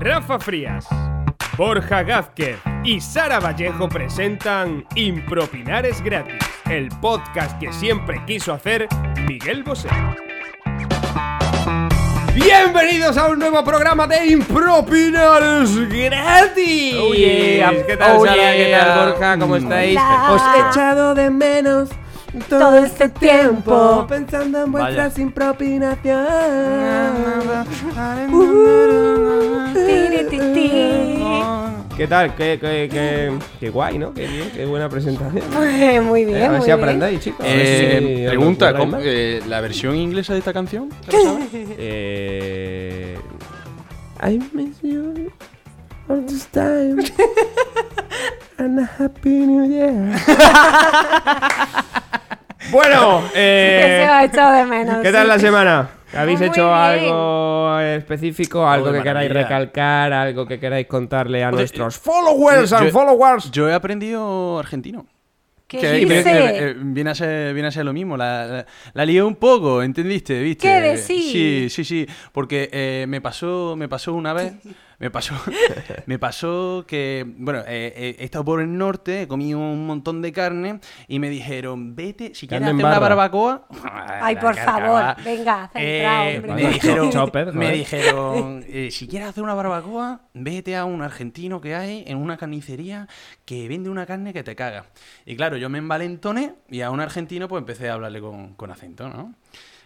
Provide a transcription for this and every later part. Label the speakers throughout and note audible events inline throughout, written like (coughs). Speaker 1: Rafa Frías, Borja Gázquez y Sara Vallejo presentan Impropinares Gratis, el podcast que siempre quiso hacer Miguel Bosé. Bienvenidos a un nuevo programa de Impropinares Gratis.
Speaker 2: Oye,
Speaker 1: Oh, ¿Qué tal,
Speaker 2: oh,
Speaker 1: Sara? ¿Qué
Speaker 2: yeah.
Speaker 1: tal, Borja? ¿Cómo estáis?
Speaker 3: Hola.
Speaker 1: Os he echado de menos todo este tiempo pensando en
Speaker 2: Vaya.
Speaker 1: vuestras impropinaciones.
Speaker 3: Tiri, Uh-huh. ti, ti.
Speaker 1: ¿Qué tal? Qué, qué, qué, qué guay, ¿no? Qué bien, qué buena presentación.
Speaker 3: Muy (laughs) muy
Speaker 1: Eh, a
Speaker 3: bien,
Speaker 1: ver
Speaker 3: muy
Speaker 1: si
Speaker 3: bien.
Speaker 1: aprendéis, chicos. A ver
Speaker 2: Eh,
Speaker 1: si-
Speaker 2: pregunta,
Speaker 1: ¿no
Speaker 2: ¿cómo-
Speaker 1: hay más?
Speaker 2: eh, ¿la versión inglesa de esta canción? ¿Te la sabes?
Speaker 1: Eh, I miss you all this time. (laughs) And a happy new year. (laughs) bueno,
Speaker 3: Que se
Speaker 1: eh,
Speaker 3: os ha echado de menos.
Speaker 1: ¿Qué tal la semana? ¿Habéis
Speaker 3: Muy
Speaker 1: hecho
Speaker 3: bien.
Speaker 1: algo específico? ¿Algo
Speaker 2: Oh, de
Speaker 1: que queráis
Speaker 2: maravilla.
Speaker 1: recalcar? ¿Algo que queráis contarle a
Speaker 2: Oye,
Speaker 1: nuestros followers
Speaker 2: yo-
Speaker 1: and
Speaker 2: yo-
Speaker 1: followers?
Speaker 2: Yo he aprendido argentino.
Speaker 3: ¿Qué
Speaker 2: Que- que-
Speaker 3: dice?
Speaker 2: eh, eh, viene, a ser, viene a ser lo mismo, la, la, la lié un poco, ¿entendiste? ¿Viste?
Speaker 3: ¿Qué decís?
Speaker 2: Sí, sí, sí, porque eh, me pasó me pasó una
Speaker 3: (laughs)
Speaker 2: vez, me pasó (laughs) me pasó que, bueno, eh, eh, he estado por el norte, he comido un montón de carne y me dijeron, vete, si quieres
Speaker 1: Carne en
Speaker 2: hacer una
Speaker 1: barra.
Speaker 2: barbacoa...
Speaker 3: Ay,
Speaker 2: eh, (laughs) la
Speaker 3: por
Speaker 2: carca
Speaker 3: favor,
Speaker 2: va.
Speaker 3: venga, centrado, hombre.
Speaker 2: Eh, me dijeron,
Speaker 1: (laughs) Chopper,
Speaker 2: me
Speaker 1: joder.
Speaker 2: dijeron eh, si quieres hacer una barbacoa, vete a un argentino que hay en una carnicería que vende una carne que te caga. Y claro, yo me envalentoné y a un argentino pues empecé a hablarle con, con acento, ¿no?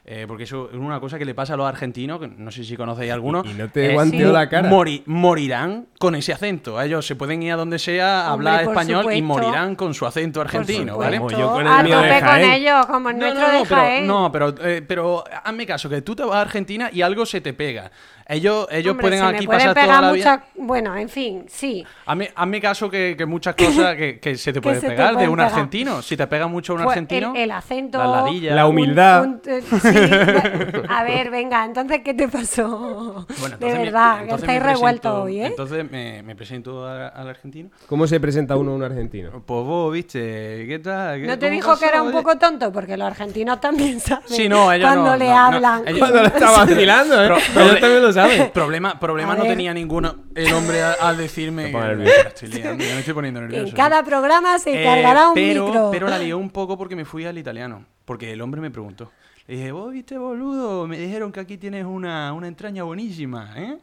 Speaker 2: Eh, porque eso es una cosa que le pasa a los argentinos, que no sé si conocéis alguno.
Speaker 1: Y no te
Speaker 2: eh,
Speaker 1: guanteó
Speaker 2: mo-
Speaker 1: la cara.
Speaker 2: mori- morirán con ese acento. Ellos se pueden ir a donde sea a
Speaker 3: Hombre,
Speaker 2: hablar
Speaker 3: por
Speaker 2: español y
Speaker 3: supuesto.
Speaker 2: morirán con su acento argentino, ¿vale?
Speaker 1: Como yo con el
Speaker 3: a
Speaker 1: mío de
Speaker 3: tope con
Speaker 1: Jaén.
Speaker 3: ellos, como el nuestro de
Speaker 2: pero,
Speaker 3: Jaén.
Speaker 2: no, pero, eh, pero hazme caso, que tú te vas a Argentina y algo se te pega. Ellos, ellos
Speaker 3: Hombre,
Speaker 2: pueden
Speaker 3: se me
Speaker 2: aquí
Speaker 3: pueden
Speaker 2: pasar
Speaker 3: pegar
Speaker 2: toda la vida.
Speaker 3: muchas- Bueno, en fin, sí.
Speaker 2: Hazme, hazme caso que, que muchas
Speaker 3: (coughs)
Speaker 2: cosas que, que se te
Speaker 3: Que
Speaker 2: pueden
Speaker 3: se te
Speaker 2: pegar de
Speaker 3: pueden
Speaker 2: un
Speaker 3: pegar.
Speaker 2: argentino. Si te pega mucho un
Speaker 3: Pues,
Speaker 2: argentino,
Speaker 3: el, el acento.
Speaker 2: la ladilla.
Speaker 1: La
Speaker 3: un-
Speaker 1: humildad.
Speaker 3: un-
Speaker 1: (laughs)
Speaker 3: eh, sí, la- a ver, venga, entonces, ¿qué te pasó?
Speaker 2: Bueno,
Speaker 3: de
Speaker 2: entonces me-
Speaker 3: verdad, que
Speaker 2: entonces me
Speaker 3: estáis
Speaker 2: presento-
Speaker 3: revueltos hoy, ¿eh?
Speaker 2: Entonces me, me presento a- al argentino.
Speaker 1: ¿Cómo se presenta uno a un argentino?
Speaker 2: Pues vos, viste, ¿qué tal? ¿Qué-
Speaker 3: ¿No te
Speaker 2: cómo
Speaker 3: dijo que
Speaker 2: pasó,
Speaker 3: era un
Speaker 2: oye?
Speaker 3: poco tonto? Porque los argentinos también saben
Speaker 2: Sí, no, ellos
Speaker 3: cuando
Speaker 2: no,
Speaker 3: le
Speaker 2: no, no,
Speaker 3: hablan.
Speaker 2: ellos-
Speaker 1: Cuando lo está (laughs) vacilando, ¿eh?
Speaker 2: Pro-
Speaker 1: Pero ellos también lo saben.
Speaker 2: Problema, problema
Speaker 3: A
Speaker 2: no
Speaker 3: ver.
Speaker 2: tenía ninguno el hombre a- al decirme.
Speaker 1: Me pongo
Speaker 2: que-
Speaker 1: nervioso.
Speaker 2: que estoy liando, ya me estoy poniendo nervioso.
Speaker 3: En cada programa se
Speaker 2: Eh,
Speaker 3: cargará un
Speaker 2: pero,
Speaker 3: micro.
Speaker 2: Pero la lió un poco porque me fui al italiano. Porque el hombre me preguntó. Le dije, vos viste, boludo, me dijeron que aquí tienes una, una entraña buenísima, ¿eh?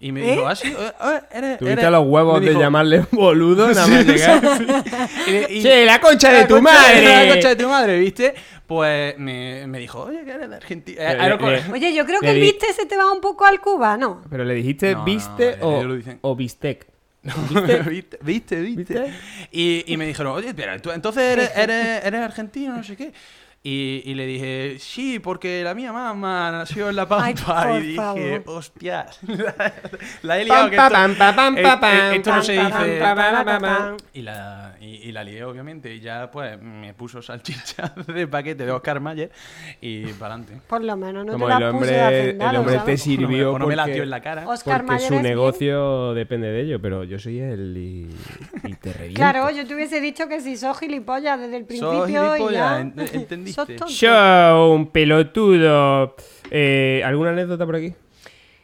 Speaker 2: Y me dijo, "Ah, así, eres,
Speaker 1: Tuviste
Speaker 2: eres-".
Speaker 1: los huevos
Speaker 2: Me
Speaker 1: de
Speaker 2: dijo,
Speaker 1: (laughs) llamarle boludo nada más llegar.
Speaker 2: y le- y-
Speaker 1: Che,
Speaker 2: (laughs)
Speaker 1: la concha de
Speaker 2: "La
Speaker 1: tu
Speaker 2: concha de-
Speaker 1: madre".
Speaker 2: La concha de tu madre, ¿viste? Pues me, me dijo, oye, que eres de Argentina.
Speaker 1: Le-
Speaker 2: Eh, era
Speaker 1: le-
Speaker 2: como-
Speaker 1: le-
Speaker 3: Oye, yo creo que
Speaker 1: Le
Speaker 3: el
Speaker 1: di-
Speaker 3: viste se te va un poco al cubano.
Speaker 1: Pero le dijiste
Speaker 2: No, no,
Speaker 1: viste
Speaker 2: ellos lo dicen.
Speaker 1: o, o bistec.
Speaker 2: (laughs) ¿Viste? ¿Viste? ¿Viste?
Speaker 1: ¿Viste?
Speaker 2: Y, y me dijeron, oye, pero tú entonces
Speaker 1: (laughs)
Speaker 2: eres, eres, eres argentino, no sé qué. Y, y le dije, sí, porque la mía mamá nació en La
Speaker 3: Ay,
Speaker 2: Pampa.
Speaker 3: por
Speaker 2: y dije,
Speaker 3: favor.
Speaker 2: hostias. (laughs) La, he liado.
Speaker 1: Pam,
Speaker 2: Que
Speaker 1: pa,
Speaker 2: esto,
Speaker 1: pam, pa, pam,
Speaker 2: eh,
Speaker 1: pa,
Speaker 2: eh,
Speaker 1: pam,
Speaker 2: esto no
Speaker 1: pam,
Speaker 2: se
Speaker 1: pa,
Speaker 2: dice.
Speaker 1: pam, pa, pa, pa, pa.
Speaker 2: Y la, y, y la lié, obviamente. Y ya, pues, me puso salchicha (laughs) de paquete de Oscar Mayer. Y para adelante.
Speaker 3: Por lo menos no
Speaker 1: Como
Speaker 3: te
Speaker 1: el
Speaker 3: la puse
Speaker 1: hombre-
Speaker 3: de hacendado,
Speaker 1: el hombre
Speaker 3: ¿sabes?
Speaker 1: te sirve. Sirvió
Speaker 2: no, me- no me la
Speaker 1: porque-
Speaker 2: dio en la cara.
Speaker 3: Oscar
Speaker 1: Porque
Speaker 3: Mayer
Speaker 1: su
Speaker 3: es
Speaker 1: negocio depende de ello, pero yo soy él y, y te reviento.
Speaker 3: bien. Claro, yo te hubiese dicho que si sos gilipollas desde el principio y
Speaker 2: gilipollas,
Speaker 3: ya...
Speaker 2: ent- entendiste.
Speaker 3: Sos tonto.
Speaker 1: Yo, un pelotudo. Eh, ¿Alguna anécdota por aquí?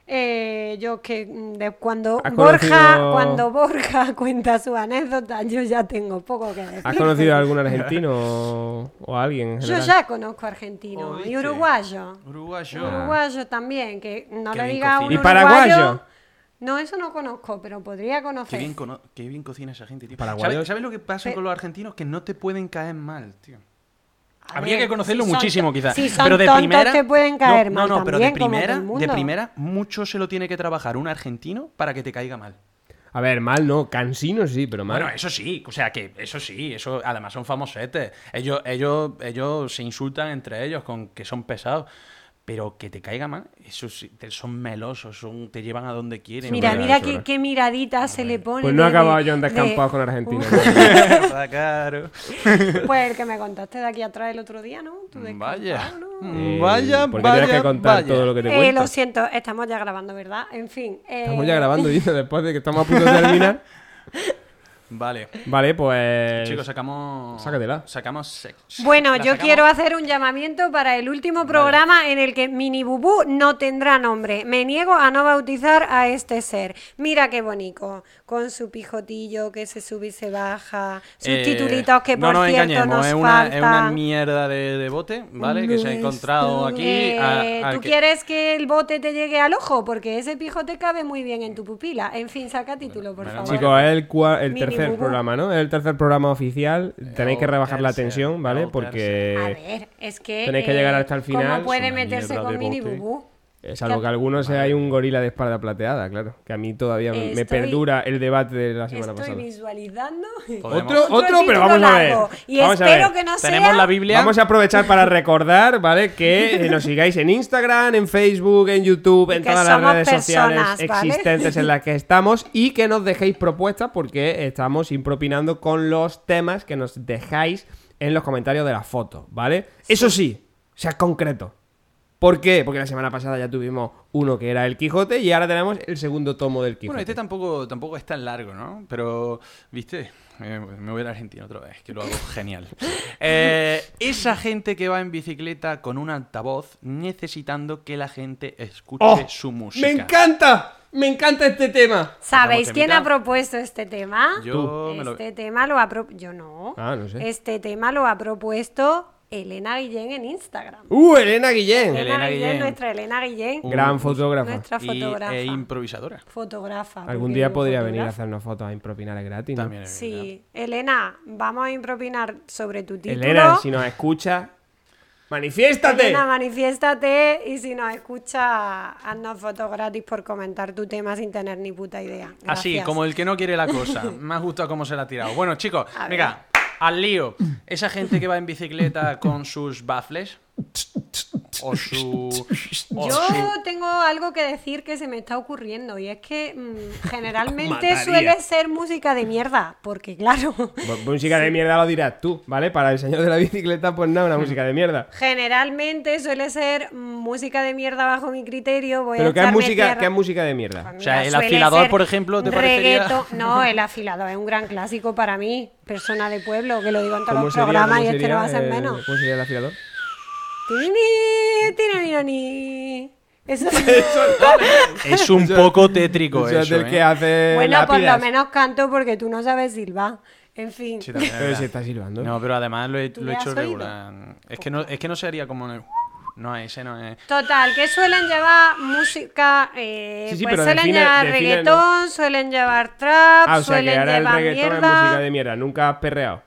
Speaker 3: Eh, yo que mm, de cuando
Speaker 1: ¿Has
Speaker 3: Borja,
Speaker 1: conocido-
Speaker 3: cuando Borja (laughs) cuenta su anécdota, yo ya tengo poco que decir.
Speaker 1: ¿Has conocido a algún argentino o, o a alguien? En
Speaker 3: Yo
Speaker 1: general?
Speaker 3: ya conozco argentino y
Speaker 2: Jodiste.
Speaker 3: uruguayo.
Speaker 2: Uruguayo.
Speaker 3: Uruguayo también, que
Speaker 2: Ah.
Speaker 3: no
Speaker 2: Qué
Speaker 3: le
Speaker 2: bien
Speaker 3: diga a un
Speaker 2: cocina.
Speaker 1: ¿Y paraguayo?
Speaker 3: uruguayo- No, eso no conozco, pero podría
Speaker 2: Qué
Speaker 3: conocer.
Speaker 2: bien, cono- qué bien cocina esa gente, tío.
Speaker 1: Paraguayos.
Speaker 2: ¿Sabes, sabes lo que pasa
Speaker 3: Pe-
Speaker 2: con los argentinos? Que no te pueden caer mal, tío.
Speaker 3: A
Speaker 2: Habría
Speaker 3: ver,
Speaker 2: que conocerlo
Speaker 3: si son
Speaker 2: muchísimo,
Speaker 3: to-
Speaker 2: quizás.
Speaker 3: si son
Speaker 2: pero de
Speaker 3: tontos,
Speaker 2: primera.
Speaker 3: te pueden caer
Speaker 2: no,
Speaker 3: mal
Speaker 2: No, no, pero de
Speaker 3: también, como todo el
Speaker 2: primera, de
Speaker 3: mundo.
Speaker 2: primera, mucho se lo tiene que trabajar un argentino para que te caiga mal.
Speaker 1: A ver, mal no, cansino sí, pero mal.
Speaker 2: Bueno, eso sí, o sea que eso sí, eso además son famosetes. Ellos, ellos, ellos se insultan entre ellos con que son pesados. Pero que te caiga mal, eso sí, te- son melosos, son, te llevan a donde quieren.
Speaker 3: Mira,
Speaker 1: Hombre,
Speaker 3: mira
Speaker 1: eso
Speaker 3: qué,
Speaker 1: era.
Speaker 3: qué miradita se le pone.
Speaker 1: pues no
Speaker 3: de-
Speaker 1: he acabado
Speaker 3: de-
Speaker 1: yo en
Speaker 3: de-
Speaker 1: descampados
Speaker 3: (laughs)
Speaker 1: con argentinos. (laughs)
Speaker 2: (laughs) Está caro.
Speaker 3: Pues el que me contaste de aquí atrás el otro día, ¿no? Tú
Speaker 2: Mm, Vaya. mm,
Speaker 3: descampado, ¿no?
Speaker 1: Eh,
Speaker 2: vaya,
Speaker 1: porque tienes que
Speaker 2: vaya,
Speaker 1: contar
Speaker 2: vaya.
Speaker 1: todo lo que te
Speaker 3: Eh,
Speaker 1: cuento.
Speaker 3: lo siento, estamos ya grabando, ¿verdad? En fin. eh, (laughs)
Speaker 1: Estamos ya grabando, dice, después de que estamos a punto de terminar.
Speaker 2: Vale.
Speaker 1: Vale, pues.
Speaker 2: Chicos, sacamos.
Speaker 1: Sácatela.
Speaker 2: Sacamos. sex-
Speaker 3: Bueno,
Speaker 2: la
Speaker 3: yo
Speaker 2: sacamos.
Speaker 3: quiero hacer un llamamiento para el último programa en el que Mini Bubú no tendrá nombre. Me niego a no bautizar a este ser. Mira qué bonito, con su pijotillo que se sube y se baja, sus
Speaker 2: Eh,
Speaker 3: titulitos que por
Speaker 2: no nos
Speaker 3: cierto
Speaker 2: engañemos,
Speaker 3: nos
Speaker 2: es una, es una
Speaker 3: faltan.
Speaker 2: mierda de, de bote, ¿vale? que se ha encontrado aquí.
Speaker 3: Eh,
Speaker 2: a- a
Speaker 3: ¿Tú
Speaker 2: que-
Speaker 3: quieres que el bote te llegue al ojo? Porque ese pijote cabe muy bien en tu pupila. En fin, saca título, por
Speaker 2: Bueno,
Speaker 3: favor.
Speaker 1: Chicos, es el, cua- el
Speaker 3: Mini
Speaker 1: tercer
Speaker 3: Bubu.
Speaker 1: programa, ¿no? Es el tercer programa oficial. Tenéis que rebajar la
Speaker 2: tercer,
Speaker 1: tensión, ¿vale?
Speaker 2: o
Speaker 3: A
Speaker 1: Porque
Speaker 3: ver, es que.
Speaker 1: Eh,
Speaker 3: eh,
Speaker 1: tenéis que llegar hasta el final,
Speaker 3: ¿Cómo puede
Speaker 1: es una
Speaker 3: meterse
Speaker 1: mierda
Speaker 3: con
Speaker 1: de
Speaker 3: Mini
Speaker 1: bote.
Speaker 3: Bubú?
Speaker 1: eh, salvo que alguno sea ahí un gorila de espalda plateada, claro. Que a mí todavía me- me
Speaker 3: Estoy-
Speaker 1: perdura el debate de la semana
Speaker 3: Estoy
Speaker 1: pasada.
Speaker 3: visualizando.
Speaker 2: Podemos-
Speaker 1: Otro, otro, pero
Speaker 3: título
Speaker 1: vamos a ver.
Speaker 3: largo. Y
Speaker 1: Vamos a
Speaker 3: espero
Speaker 1: ver.
Speaker 3: que no
Speaker 2: Tenemos
Speaker 3: sea.
Speaker 2: la Biblia.
Speaker 1: Vamos a aprovechar para recordar, ¿vale? Que eh, nos sigáis en Instagram, en Facebook, en YouTube,
Speaker 3: Y
Speaker 1: en
Speaker 3: que
Speaker 1: todas las
Speaker 3: somos
Speaker 1: redes sociales
Speaker 3: personas, ¿vale?
Speaker 1: existentes en las que estamos y que nos dejéis propuestas porque estamos impropinando con los temas que nos dejáis en los comentarios de la foto, ¿vale? Eso sí, sea concreto. ¿Por qué? Porque la semana pasada ya tuvimos uno que era el Quijote y ahora tenemos el segundo tomo del Quijote.
Speaker 2: Bueno, este tampoco, tampoco es tan largo, ¿no? Pero, ¿viste? Eh, me voy a Argentina otra vez, que lo hago genial.
Speaker 3: (laughs)
Speaker 2: Eh, esa gente que va en bicicleta con un altavoz necesitando que la gente escuche
Speaker 1: ¡Oh!
Speaker 2: su música.
Speaker 1: ¡Me encanta! ¡Me encanta este tema!
Speaker 3: ¿Sabéis
Speaker 2: Vamos,
Speaker 3: quién ha
Speaker 2: temita.
Speaker 3: propuesto este tema?
Speaker 2: Yo me lo...
Speaker 3: Este tema lo ha pro- Yo no.
Speaker 1: Ah, no sé.
Speaker 3: Este tema lo ha propuesto Elena Guillén en Instagram.
Speaker 1: ¡Uh, Elena Guillén!
Speaker 2: El-
Speaker 3: Elena
Speaker 2: Elena
Speaker 3: Guillén,
Speaker 2: Guillén.
Speaker 3: nuestra Elena Guillén,
Speaker 1: Gran fotógrafa.
Speaker 3: nuestra
Speaker 2: y-
Speaker 3: fotógrafa.
Speaker 2: e improvisadora.
Speaker 3: fotógrafa.
Speaker 1: Algún
Speaker 3: Ah, porque
Speaker 1: día
Speaker 3: no
Speaker 1: podría venir a
Speaker 3: fotógrafa.
Speaker 1: hacernos fotos a impropinar gratis. ¿no?
Speaker 2: También es
Speaker 3: Sí, Elena, vamos a impropinar sobre tu título.
Speaker 1: Elena, si nos escucha, manifiéstate.
Speaker 3: Elena, manifiéstate y si nos escucha, haznos fotos gratis por comentar tu tema sin tener ni puta idea.
Speaker 2: Así,
Speaker 3: Gracias.
Speaker 2: Ah, como el que no quiere la
Speaker 3: (laughs)
Speaker 2: cosa. Me ha gustado cómo se la ha tirado. Bueno, chicos,
Speaker 3: A ver.
Speaker 2: venga, al lío. Esa gente que va en bicicleta con sus baffles. O su. o
Speaker 3: Yo
Speaker 2: su-
Speaker 3: tengo algo que decir que se me está ocurriendo y es que
Speaker 2: (laughs)
Speaker 3: mm, generalmente
Speaker 1: Mataría.
Speaker 3: suele ser música de mierda,
Speaker 2: (laughs)
Speaker 3: porque claro,
Speaker 1: Bu- Música de mierda lo dirás tú, ¿vale? Para el señor de la bicicleta, pues nada,
Speaker 3: (laughs)
Speaker 1: una música de mierda.
Speaker 3: generalmente suele ser mm, música de mierda bajo mi criterio. Voy a
Speaker 1: Pero que es
Speaker 3: echarme
Speaker 1: música,
Speaker 3: tierra.
Speaker 1: que es música de mierda.
Speaker 2: O sea,
Speaker 3: Mira,
Speaker 2: el
Speaker 3: suele
Speaker 2: afilador,
Speaker 3: ser
Speaker 2: por ejemplo, ¿te parecería?
Speaker 3: reggaetón-
Speaker 2: (laughs)
Speaker 3: No, el afilador es un gran clásico para mí, persona de pueblo, que lo digo en todos
Speaker 1: ¿Cómo
Speaker 3: los
Speaker 1: sería,
Speaker 3: programas
Speaker 1: cómo
Speaker 3: y este
Speaker 1: sería,
Speaker 3: no va a ser
Speaker 1: eh,
Speaker 3: menos.
Speaker 1: ¿Cómo sería el afilador?
Speaker 3: Tini, tini, ni.
Speaker 1: (laughs)
Speaker 3: Eso
Speaker 2: Es un poco tétrico
Speaker 1: O sea,
Speaker 2: eso.
Speaker 1: del
Speaker 2: ¿eh?
Speaker 1: que hace
Speaker 3: Bueno, por lo
Speaker 1: lápidas.
Speaker 3: menos canto porque tú no sabes silbar. En fin.
Speaker 2: Sí, también es
Speaker 1: Pero
Speaker 2: verdad.
Speaker 1: si está silbando.
Speaker 2: No, pero además lo he,
Speaker 3: ¿Tú
Speaker 2: lo he
Speaker 3: le has
Speaker 2: hecho
Speaker 3: oído?
Speaker 2: regular. Es que, no, es que no sería como. en el- No, ese no (laughs) es. Eh,
Speaker 3: Total, que suelen llevar música, eh,
Speaker 1: Sí, sí,
Speaker 3: pues
Speaker 1: pero
Speaker 3: suelen
Speaker 1: define-
Speaker 3: llevar
Speaker 1: define,
Speaker 3: reggaetón, suelen llevar
Speaker 1: Ah, o
Speaker 3: trap,
Speaker 1: sea, que
Speaker 3: suelen
Speaker 1: ahora el
Speaker 3: llevar
Speaker 1: reggaetón
Speaker 3: mierda.
Speaker 1: es música de mierda. Nunca has perreado.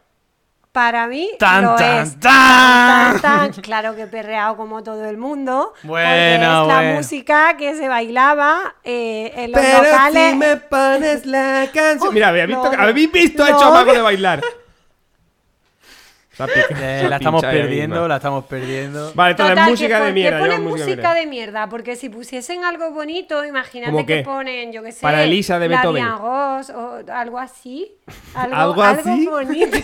Speaker 3: Para mí
Speaker 2: ¡Tan,
Speaker 3: lo
Speaker 2: tan,
Speaker 3: es.
Speaker 2: tan!
Speaker 3: Tan, tan. Claro que he perreado como todo el mundo.
Speaker 2: Bueno,
Speaker 3: porque es la
Speaker 2: bueno.
Speaker 3: música que se bailaba eh, en los
Speaker 1: Pero
Speaker 3: locales.
Speaker 1: si me pones la canción.
Speaker 3: Uy,
Speaker 1: Mira,
Speaker 3: (laughs)
Speaker 1: habéis visto,
Speaker 3: no,
Speaker 1: habéis visto ha
Speaker 3: no.
Speaker 1: hecho amago de
Speaker 2: (laughs)
Speaker 1: bailar. Se ha pica-
Speaker 2: Eh,
Speaker 1: se ha
Speaker 2: la
Speaker 1: pinchado ahí
Speaker 2: estamos
Speaker 1: misma.
Speaker 2: perdiendo, la estamos perdiendo.
Speaker 1: Vale, Ah, entonces
Speaker 3: Total,
Speaker 1: música
Speaker 3: que
Speaker 1: de
Speaker 3: por
Speaker 1: mierda.
Speaker 3: qué
Speaker 1: lleva
Speaker 3: ponen
Speaker 1: música de
Speaker 3: música
Speaker 1: mierda.
Speaker 3: de mierda? Porque si pusiesen algo bonito, imagínate
Speaker 1: ¿Cómo qué?
Speaker 3: que ponen, yo qué sé,
Speaker 1: Para Elisa de
Speaker 3: la
Speaker 1: Beethoven.
Speaker 3: Biangos o
Speaker 1: (laughs)
Speaker 3: algo así. Algo,
Speaker 1: ¿Algo
Speaker 3: ¿Algo,
Speaker 1: así? (laughs)
Speaker 3: bonito.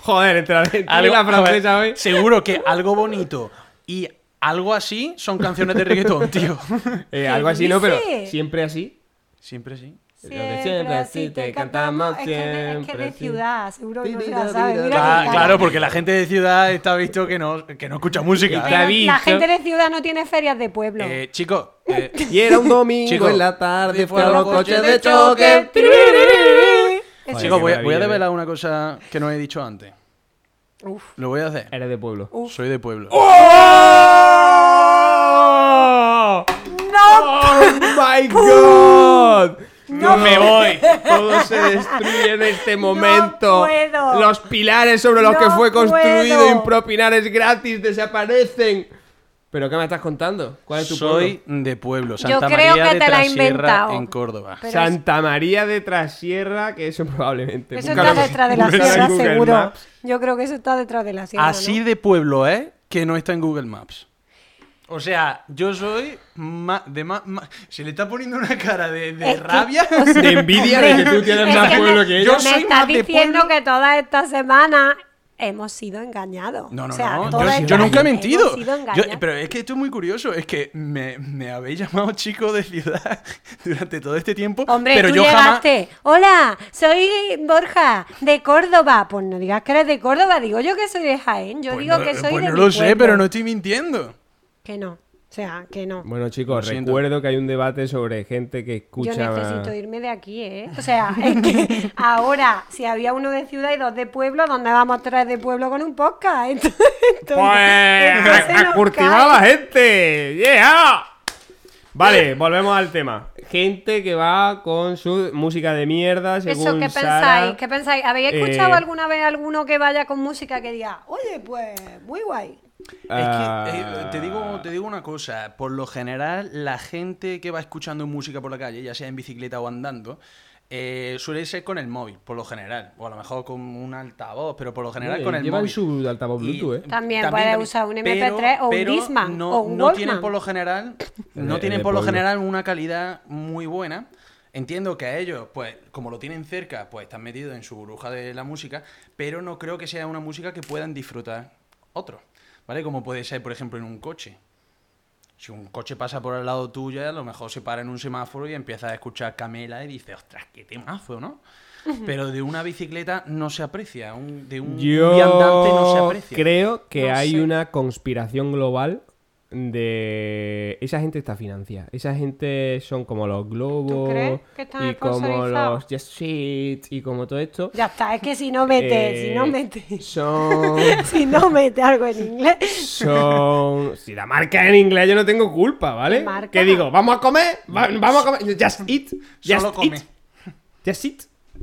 Speaker 1: Joder, entre la, entre la francesa
Speaker 2: joder,
Speaker 1: hoy.
Speaker 2: Seguro que algo bonito y algo así son canciones de reggaetón, tío.
Speaker 1: Eh, algo así, ¿no? Pero
Speaker 3: dice?
Speaker 1: siempre así.
Speaker 2: (laughs) Siempre sí.
Speaker 1: Siempre así te cantamos,
Speaker 3: Es que de- es que
Speaker 1: siempre
Speaker 3: de
Speaker 1: sí.
Speaker 3: ciudad, seguro que no se
Speaker 1: Tira,
Speaker 3: la sabe.
Speaker 1: tira, tira.
Speaker 3: Mira
Speaker 2: Ah,
Speaker 3: qué cara.
Speaker 2: claro, porque la gente de ciudad está visto que no, que no escucha música.
Speaker 1: te ha
Speaker 3: Pero La
Speaker 1: visto.
Speaker 3: gente de ciudad no tiene ferias de pueblo.
Speaker 2: Eh, chicos, eh,
Speaker 1: Y era un domingo
Speaker 2: Chico.
Speaker 1: en la tarde,
Speaker 2: Fue a
Speaker 1: fueron
Speaker 2: los
Speaker 1: coches
Speaker 2: coches
Speaker 1: de
Speaker 2: de
Speaker 1: choque.
Speaker 3: Eso
Speaker 2: chicos,
Speaker 1: qué
Speaker 2: voy, a- voy
Speaker 1: maravilla,
Speaker 2: a
Speaker 1: eh.
Speaker 2: develar una cosa que no he dicho antes.
Speaker 3: es- Uf. Eh.
Speaker 2: Lo voy a hacer.
Speaker 1: Eres de pueblo.
Speaker 2: Soy de pueblo.
Speaker 1: ¡Oh! ¡Oh my god! No me voy. Todo se destruye en este momento.
Speaker 3: puedo.
Speaker 1: Los pilares sobre los que
Speaker 3: No
Speaker 1: fue construido
Speaker 3: puedo.
Speaker 1: Impropinares gratis desaparecen. ¿Pero qué me estás contando? ¿Cuál es tu
Speaker 2: Soy
Speaker 1: pueblo?
Speaker 2: de pueblo, Santa
Speaker 3: creo
Speaker 2: María
Speaker 3: que
Speaker 2: de
Speaker 3: te la has
Speaker 2: Trasierra,
Speaker 3: inventado.
Speaker 2: en Córdoba.
Speaker 3: Pero es-
Speaker 1: Santa María de Trasierra, que eso probablemente.
Speaker 3: Eso
Speaker 1: Búscalo
Speaker 3: está
Speaker 1: en-
Speaker 3: detrás
Speaker 1: (laughs)
Speaker 3: de la
Speaker 1: búscalo en
Speaker 3: sierra,
Speaker 1: Google
Speaker 3: seguro.
Speaker 1: Maps.
Speaker 3: Yo creo que eso está detrás de la sierra.
Speaker 2: Así
Speaker 3: ¿no?
Speaker 2: de pueblo, ¿eh? Que no está en Google Maps. O sea, yo soy ma- de ma- ma- Se le está poniendo una cara de, de
Speaker 3: Es que-
Speaker 2: rabia. (laughs)
Speaker 1: De envidia de que tú tienes
Speaker 3: Es
Speaker 1: más
Speaker 3: (laughs) que
Speaker 1: pueblo
Speaker 3: me,
Speaker 1: que
Speaker 3: me
Speaker 1: ellos.
Speaker 2: soy
Speaker 3: estás
Speaker 2: más de
Speaker 3: diciendo
Speaker 2: pueblo.
Speaker 3: que toda esta semana hemos sido engañados.
Speaker 2: No, no,
Speaker 3: O sea,
Speaker 2: no.
Speaker 3: toda
Speaker 2: Yo,
Speaker 3: esta
Speaker 2: yo nunca he
Speaker 3: gente
Speaker 2: mentido.
Speaker 3: hemos sido
Speaker 2: Yo-
Speaker 3: engañados.
Speaker 2: pero es que esto es muy curioso. Es que me, me habéis llamado chico de ciudad (laughs) durante todo este tiempo.
Speaker 3: Hombre,
Speaker 2: pero
Speaker 3: tú
Speaker 2: yo jamás.
Speaker 3: llegaste. Hola, soy Borja de Córdoba. Pues no digas que eres de Córdoba, digo yo que soy de Jaén. Yo
Speaker 2: Pues
Speaker 3: digo
Speaker 2: no-
Speaker 3: que soy
Speaker 2: pues
Speaker 3: de
Speaker 2: no
Speaker 3: mi
Speaker 2: lo sé,
Speaker 3: pueblo.
Speaker 2: pero no estoy mintiendo.
Speaker 3: Que no. O sea, que no.
Speaker 1: Bueno, chicos,
Speaker 2: Lo siento.
Speaker 1: recuerdo que hay un debate sobre gente que escucha.
Speaker 3: Yo necesito irme de aquí, ¿eh? O sea, (laughs) es que ahora, si había uno de ciudad y dos de pueblo, ¿dónde vamos tres de pueblo con un podcast? (laughs) Entonces,
Speaker 1: Pues
Speaker 3: entonces
Speaker 1: a, a
Speaker 3: nos
Speaker 1: cultivar
Speaker 3: cae.
Speaker 1: a la gente. Yeah. Vale, volvemos al tema. Gente que va con su música de mierda, según
Speaker 3: Eso, ¿qué
Speaker 1: Sara.
Speaker 3: pensáis? ¿Qué pensáis? ¿Habéis escuchado
Speaker 1: eh,
Speaker 3: alguna vez alguno que vaya con música que diga, oye, pues, muy guay?
Speaker 2: Es que eh,
Speaker 1: Ah.
Speaker 2: te, digo, te digo una cosa, por lo general la gente que va escuchando música por la calle, ya sea en bicicleta o andando, eh, suele ser con el móvil, por lo general, o a lo mejor con un altavoz, pero por lo general
Speaker 1: Oye,
Speaker 2: con el
Speaker 1: eh, llevan
Speaker 2: móvil.
Speaker 1: su altavoz Bluetooth, ¿eh?
Speaker 3: También puede usar un MP3 o un
Speaker 2: pero
Speaker 3: Discman
Speaker 2: no,
Speaker 3: o un
Speaker 2: no tienen
Speaker 3: Walkman.
Speaker 2: por lo general,
Speaker 1: El de-
Speaker 2: no
Speaker 1: el
Speaker 2: tienen
Speaker 1: Eh, de
Speaker 2: por lo
Speaker 1: pueblo.
Speaker 2: general una calidad muy buena. Entiendo que a ellos, pues, como lo tienen cerca, pues están metidos en su burbuja de la música, pero no creo que sea una música que puedan disfrutar otros. ¿Vale? Como puede ser, por ejemplo, en un coche. Si un coche pasa por el lado tuyo, a lo mejor se para en un semáforo y empieza a escuchar Camela y dice, ostras, qué temazo, ¿no? Pero de una bicicleta no se aprecia, un- de un viandante no se
Speaker 1: Yo
Speaker 2: aprecia.
Speaker 1: creo que
Speaker 3: No
Speaker 1: hay
Speaker 3: sé.
Speaker 1: una conspiración global de esa gente está financiada. Esa gente son como los globos
Speaker 3: crees que están
Speaker 1: y como
Speaker 3: sponsorizados?
Speaker 1: los Just Shit y como todo esto.
Speaker 3: Ya está, es que si no mete,
Speaker 1: Eh,
Speaker 3: si no mete,
Speaker 1: Son
Speaker 3: (laughs) si no mete algo en inglés.
Speaker 1: son si la marca es en inglés yo no tengo culpa, ¿vale?
Speaker 3: ¿Qué marca?
Speaker 1: Que digo, vamos a comer, Va- vamos a comer, just eat, just
Speaker 2: Solo come.
Speaker 1: eat, just eat,